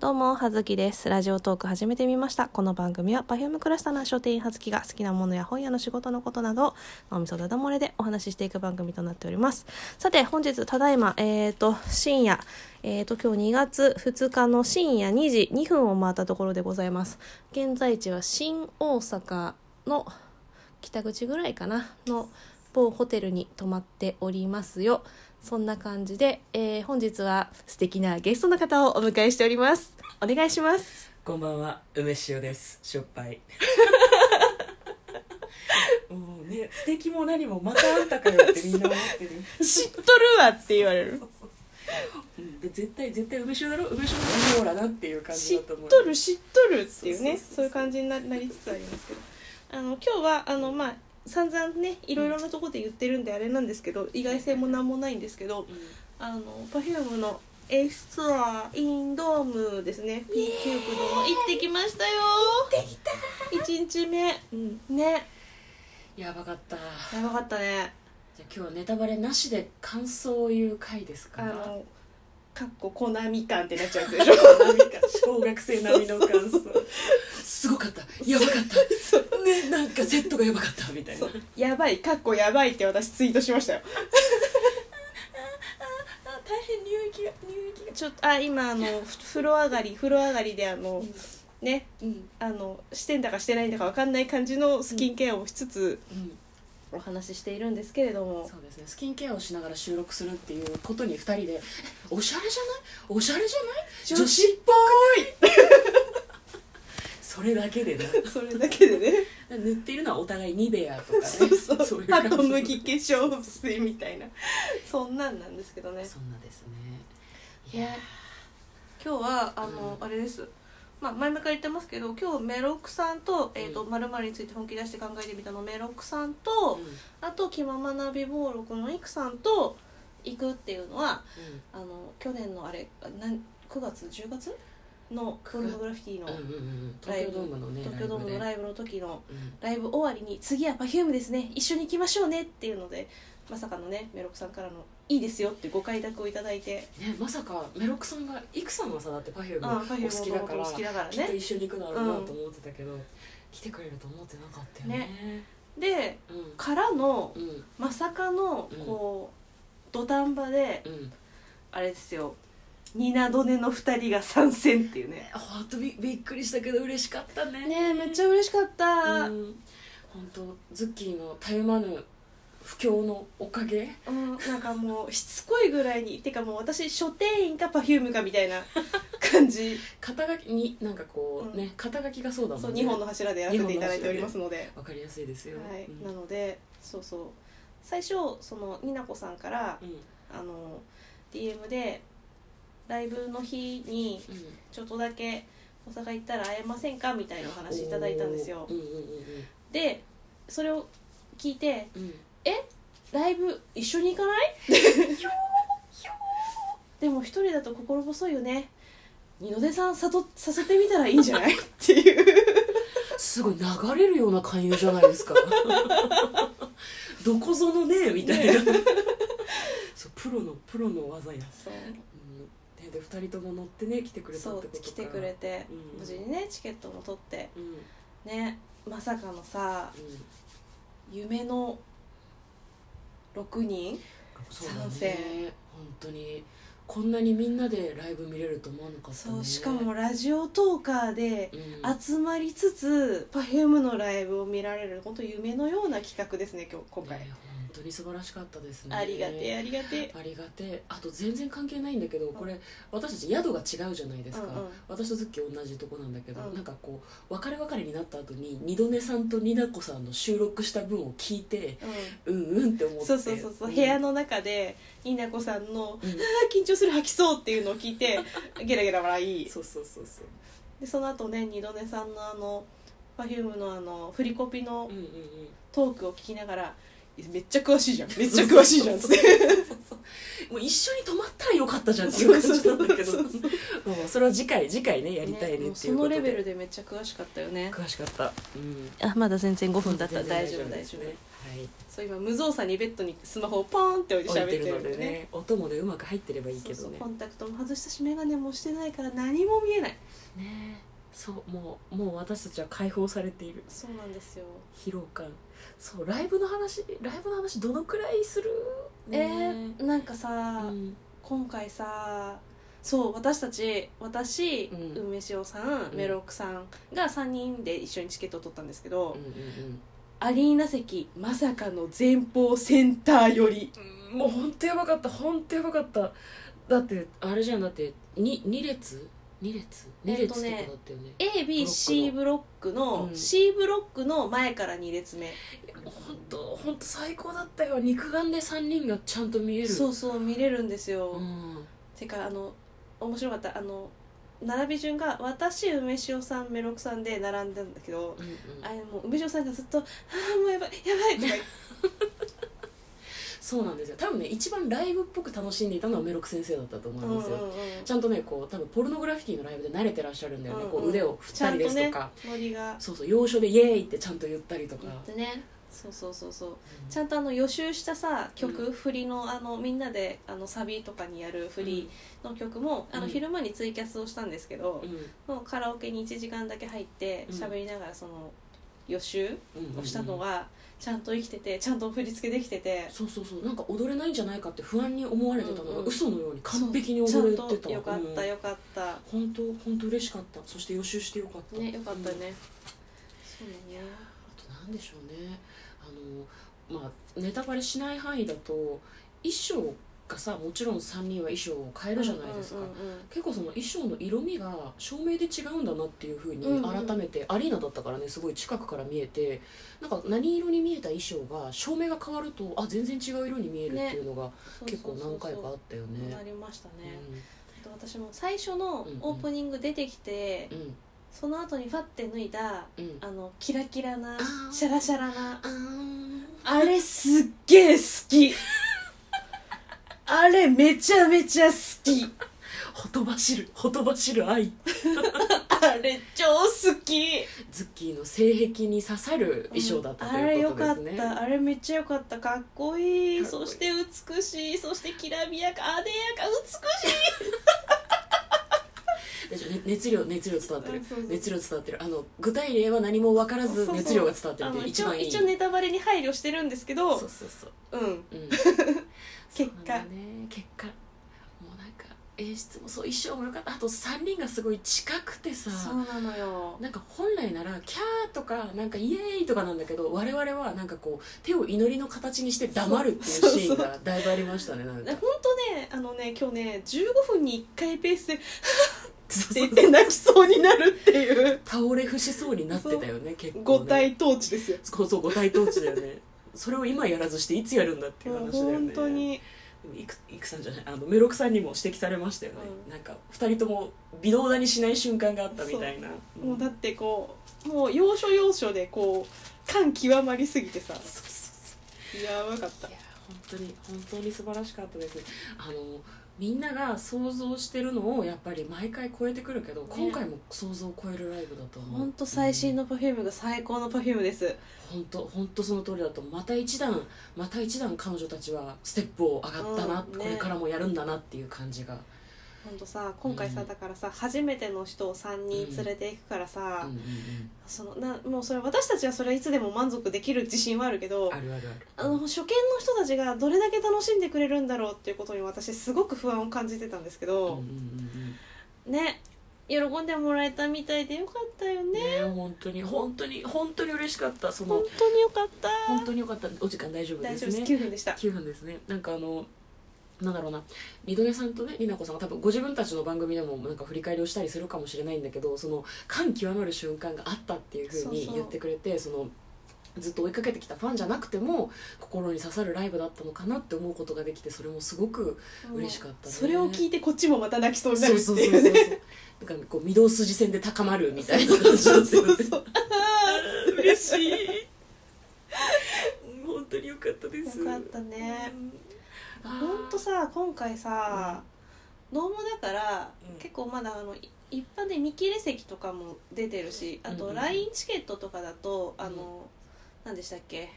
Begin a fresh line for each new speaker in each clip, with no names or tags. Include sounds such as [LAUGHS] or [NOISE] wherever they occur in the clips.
どうも、はずきです。ラジオトーク始めてみました。この番組は、パフュームクラスターな書店員はずきが好きなものや本屋の仕事のことなどを、脳みそだだ漏れでお話ししていく番組となっております。さて、本日、ただいま、えっ、ー、と、深夜、えっ、ー、と、今日2月2日の深夜2時2分を回ったところでございます。現在地は新大阪の北口ぐらいかな、の某ホテルに泊まっておりますよ。そんな感じで、えー、本日は素敵なゲストの方をお迎えしております。お願いします。
こんばんは、梅塩です。しょっ [LAUGHS] ぱい。もうね、素敵も何もまたあんたかよってみんな思 [LAUGHS] ってる。
知っとるわって言われる。
絶対絶対梅酒だろ梅酒のオーラだっていう感じ
だと思う知っとる知っとるっていうねそういう感じになりつつありますけどあの今日はあのまあ散々ねいろいろなとこで言ってるんであれなんですけど、意外性も何もないんですけど、うん、あの Perfume のエスツアーインドームですねピンキュープドの行ってきましたよ
行ってきた
1日目、うん、ね
やばかった
やばかったね
じゃあ今日はネタバレなしで感想を言う回ですか
あのかっこコナミ感ってなっちゃうでし [LAUGHS] ょ
小学生並みの感想すごかったやばかったねなんかセットがやばかったみたいな
やばいかっこやばいって私ツイートしましたよ
大変乳液が乳液が
ちょっとあ今あの風呂上がり風呂上がりであの、うん、ね、うん、あのしてんだかしてないんだか分かんない感じのスキンケアをしつつ、うんお話ししているんですけれども
そうですねスキンケアをしながら収録するっていうことに2人で「おしゃれじゃないおしゃれじゃない女子っぽい! 」それだけでね
それだけでね
塗っているのはお互いニベアとか
[LAUGHS]
ね
そうそう後向き化粧水みたいなそんなんなんですけどね
そんなですね
いや今日はあの、うん、あれですまあ、前々から言ってますけど今日メロクさんと「えーと、と〇〇について本気出して考えてみたのメロクさんと、うん、あと「気ままな美暴録」のいくさんと行くっていうのは、うん、あの去年のあれなん9月10月のクールグラフィティの
ライブ、うんうんうん、
東京ドームの、ね、ライブの時のライブ終わりに「次は Perfume ですね一緒に行きましょうね」っていうのでまさかのねメロクさんからの「いいですよ」ってご快諾をいただいて、
ね、まさかメロクさんがいくさんはさだって Perfume お好きだから
好きだから、ね、
きっと一緒に行くだろうなと思ってたけど、うん、来てくれると思ってなかったよね。ね
で、うん、からの、うん、まさかのこう土壇場で、あれですよニナドネの2人が参戦っていうね
本当びびっくりしたけど嬉しかったね
ねめっちゃ嬉しかった、
本当ズッキーのたゆまぬ不況のおかげ、
うん、なんかもうしつこいぐらいにてかもう私書店員か Perfume かみたい [LAUGHS] な感じ
肩書きになんかこうね、うん、肩書きがそうだもんねそ
2
う
本の柱でやらせていただいておりますので
わかりやすいですよ、
はい、うん、なのでそうそう最初そのになこさんから、うん、あの DM でライブの日にちょっとだけ大阪行ったら会えませんかみたいなお話いただいたんですよ、
うんうんうんうん、
でそれを聞いて、うんえライブ一緒に行かないでも一人だと心細いよね二の出さんさとさせてみたらいいんじゃないっていう
すごい流れるような勧誘じゃないですか [LAUGHS] どこぞのねみたいな、ね、 [LAUGHS] そうプロのプロの技や
そう、
うん、で2人とも乗ってね来てくれたってこと
か来てくれて、うん、無事にねチケットも取って、うん、ねまさかのさ、夢の6人参戦、ね、
本当にこんなにみんなでライブ見れると思わなかった、ね、
そうしかもラジオトーカーで集まりつつ、うん、Perfume のライブを見られる本当夢のような企画ですね今日今回、ね、
本当に素晴らしかったですね
ありがてありがて
ありがてあと全然関係ないんだけどこれ私たち宿が違うじゃないですか、うんうん、私とズッキー同じとこなんだけど、うん、なんかこう別れ別れになった後に二度寝さんとになこさんの収録した分を聞いて、うん、うんうんって思って
そうそうそうそう、うん、部屋の中でになこさんの「うん、あ緊張する吐きそうっていうのを聞い
[LAUGHS]
てゲラゲラ笑
いそうそうそうそう
でその後ね二度寝さんのあの Perfume のあの振りコピのトークを聞きながら「うんうんうん、めっちゃ詳しいじゃんめっちゃ詳しいじゃんっつって
もう一緒に泊まったらよかったじゃんっていう感じなんだけど
そう
も
そう
うそれは次回次回ねやりたいねっていう
も
こ
その
とで
レベルでめっちゃ詳しかったよね
詳しかった、うん、
あまだ全然5分だったら
全
大
然
丈夫
ですねはい
そう今無造作にベッドにスマホをポーンって置いて
置い
喋ってて
る
る
の
んで
で
ね
ね音もねうまく入ってればいいけ
そ
ど
うそう
ね
コンタクトも外したし眼鏡もしてないから何も見えない
ねそうもうもう私たちは解放されている
そうなんですよ
疲労感そうライブの話ライブの話どのくらいする
えーなんか
え
さ、
うん
今回さそう私たち私、
うん
梅塩さん
うん
メロクさんが3人で一緒にチケットを取ったんですけど、
うんうん
アリーナ席まさかの前方センターより
うんもう本当やばかった本当やばかっただってあれじゃんだってに二列二列二列とかだったよね
ABC ブロックの
うん
C ブロックの前から2列目、
本当本当最高だったよ肉眼で三人がちゃんと見える
そううそう見れるんですよ、
ん
てかあの面白かったあの並び順が私梅塩さんメロクさんで並んだんだけど、
うんうん
あれもう梅塩さんがずっと「ああもうやばいやばい」と
[LAUGHS]
か言って
そうなんですよ多分ね一番ライブっぽく楽しんでいたのはメロク先生だったと思うんですよ、
うんうんうん
ちゃんとねこう多分ポルノグラフィティのライブで慣れてらっしゃるんだよね、
うんうん
こう腕を振ったりですとか
ノリが
そうそう要所で「イエーイ!」ってちゃんと言ったりとか、
でねそうそうそうそうち
ゃん
ゃんとあの予習したさ曲、
う
振りのあのみんなであのサビとかにやる振りの曲も、あ
う
の
ん
昼間にツイキャスをしたんですけど
う、ん
もうカラオケに1時間だけ入って
うん
喋りながらその予習
うんうんう
を
ん
したのがちゃんと生きててちゃんと振り付けできてて
そうそうそうなんか踊れないんじゃないかって不安に思われてたのが、
うんうん
嘘のように完璧に踊れて
そ
た
うちゃんとよかった
うん
よかった、
本当本当嬉しかったそして予習してよかった
ねよかったね、
うん
そうなんや
あとなんでしょうねあのまあネタバレしない範囲だと衣装がさもちろん3人は衣装を変えるじゃないですか、
うんうんうん
結構その衣装の色味が照明で違うんだなっていうふうに
うんうん
改めて、アリーナだったからねすごい近くから見えてなんか何色に見えた衣装が照明が変わるとあ全然違う色に見えるっていうのが
そう
結構何回
そうそ
かあ
う
ったよ
そうな
ね。
りましたね、
う
あと私も最初のオープニング出てきて、
んうん
その後にファって脱いだ
うん
あのキラキラな
あー
シャラシャラな
あー
あれすっげえ好き [LAUGHS] あれめちゃめちゃ好き
ほとばしるほとばしる愛
あれ超好き
ズッキーの性癖に刺さる衣装だったと
あれ
いう
よ
ことで
か
す
っ
ね。
たあれめっちゃよかったかっこいい
かっこい
そ
い
して美しいそしてきらびやかあでやか美しい
でしょね熱量熱量伝わってる
うんそうそう
熱量伝わってるあの具体例は何も分から
そう
ず
そう
熱量が伝わってる
あ
ってい
の
う
一
一
応
番いい
一応ネタバレに配慮してるんですけど
そうそうそう
うん [LAUGHS]
うん
結
そう
果
なんだよね結果もうなんか演出もそう衣装もよかったあと3人がすごい近くてさ
そうなのよ
なんか本来なら「キャー」とか「なんかイエーイ」とかなんだけど我々はなんかこう手を祈りの形にして黙るっていう
そうそう
シーンがだいぶありましたねなん
で
か
本当ねあのね今日ね15分に1回ペースで
[LAUGHS] そう
って
そ
言
う
って泣きそうになるっていう
倒れ伏しそうになってたよ
[LAUGHS]
ね結構ね
五体統治ですよ
そうそう五体統治だよねそれを今やらずしていつやるんだっていう話だよね
本当に
でもいくいくさんじゃないあのメロクさんにも指摘されましたよね、なんか二人とも微動だにしない瞬間があったみたいなうん
もうだってこうもう要所要所でこう感極まりすぎてさ
そうそうそ
やばかった
ういや本当に本当に素晴らしかったですあのみんなが想像してるのをやっぱり毎回超えてくるけど、今回も想像を超えるライブだと思う
本当最新
の、
の Perfume が最高の Perfume です
うん、本当本当その通りだと思うまた一段また一段彼女たちはステップを上がったな、
うんね
これからもやるんだなっていう感じが、
本当さ今回さ、
うん
だからさ初めての人を3人連れていくからさ、
うんうんうん
そのなもうそれ私たちはそれはいつでも満足できる自信はあるけど
あるあるあ
あ
る
の初見の人たちがどれだけ楽しんでくれるんだろうっていうことに私すごく不安を感じてたんですけ
うんうん
ど
う、ん
ね喜んでもらえたみたいでよかったよ
うん
ね
ねえ本当に本当に本当に嬉しかったそ
本
の
当によかった
本当によかったお時間大丈夫で
大
す
丈夫です
ね
9分でした
9分ですねなんかあのなんだろうなリドネさんとねりなこさんは多分ご自分たちの番組でもなんか振り返りをしたりするかもしれないんだけどその感極まる瞬間があったっていうふう
そう
に
そう
言ってくれてそのずっと追いかけてきたファンじゃなくても心に刺さるライブだったのかなって思うことができてそれもすごく嬉しかったね
それを聞いてこっちもまた泣きそうにな
そ
るっ
う
て
そうそう
い
そ
う
うそう
ね
なんかこう御堂筋線で高まるみたいな
そう
感じだ
そう
ったよ
そう
ね
そう
[LAUGHS] 嬉しい本当に良かったです
よかったね
うん
ほんとさ今回さ、ノームだから、
うん
結構まだあのい一般で見切れ席とかも出てるしあ
うんう
と
ん
LINE チケットとかだと、あの何でしたっけ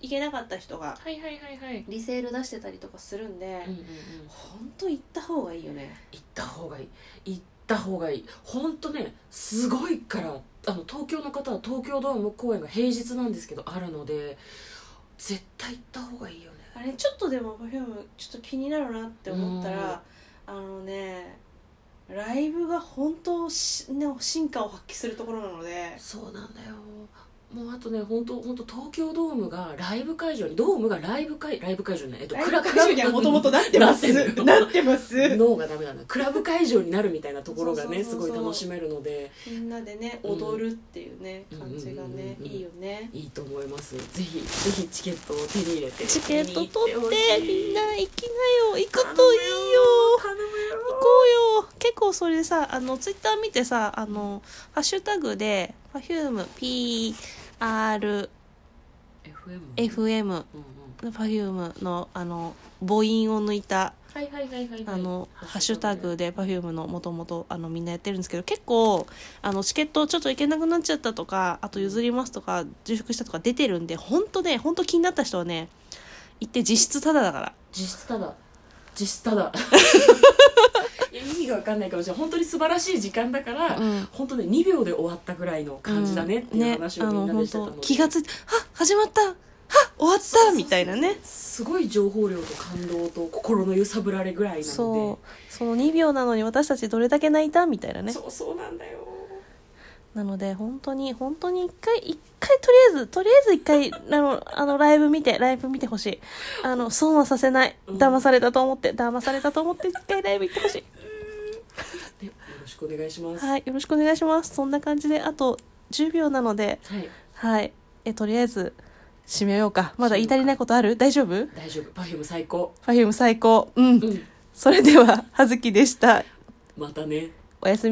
行けなかった人が
はいはいはいはい、
リセール出してたりとかするんで、
うんうんうん、
ほんと行った方がいいよね
行った方がいい行った方がいい本当ねすごいからあの東京の方は東京ドーム公演が平日なんですけどあるので絶対行った方がいいよね
あれちょっとでも Perfume ちょっと気になるなって思ったら、あのねライブが本当し、ね、進化を発揮するところなので
そうなんだよもうあとね本当本当東京ドームがライブ会場にドームがライブ会ライブ会場ねえっと
ライブ
クラ
会場にはもともとなってます
な
[LAUGHS]
ってる
なってます
脳がダメなんだクラブ会場になるみたいなところがね
そうそうそうそう
すごい楽しめるので
みんなでね
うん
踊るっていうね、感じがね、
うんうんうんうん
いいよね
いいと思いますぜひぜひチケットを手に入れて
チケット取っ
見に行
て
ほしい
みんな行きなよ行
頼
く
む
といいよ
頼む
行
よ
こうよ結構それでさあのツイッター見てさあのハッシュタグで PerfumePRFM
FM うんうん
パフュームのあの母音を抜いた
はいはいはいはいはい
あのハッシュタグで Perfume のもともとあのみんなやってるんですけど結構あのチケットちょっと行けなくなっちゃったとかあと譲りますとか重縮したとか出てるんで本当ね本当気になった人はね行って実質タダだから
実質ただ実質
[LAUGHS]
ただいや意味が分かんないかもしれない本当に素晴らしい時間だから、
うん
本当ね2秒で終わったぐらいの感じだねっていう話をみんなでしてたの
ねあ
で、
本当気がついて「あ始まったは終わった」みたいなね
すごい情報量と感動と心の揺さぶられぐらいなので
そうその2秒なのに私たちどれだけ泣いたみたいなね
そうそうなんだよ
なので本当に本当に一回一回とりあえずとりあえず一回 [LAUGHS] あのあのライブ見てライブ見てほしいあの損はさせない
うん
騙されたと思って騙されたと思って一回ライブ行ってほしい
でよろしくお願いします
はいよろしくお願いしますそんな感じであと10秒なので
はい
はいえとりあえず締めようかまだ言い足りないことある大丈夫
大丈夫 Perfume 最高
Perfume 最高うん
うん
それでは葉月でした
またね
おやすみ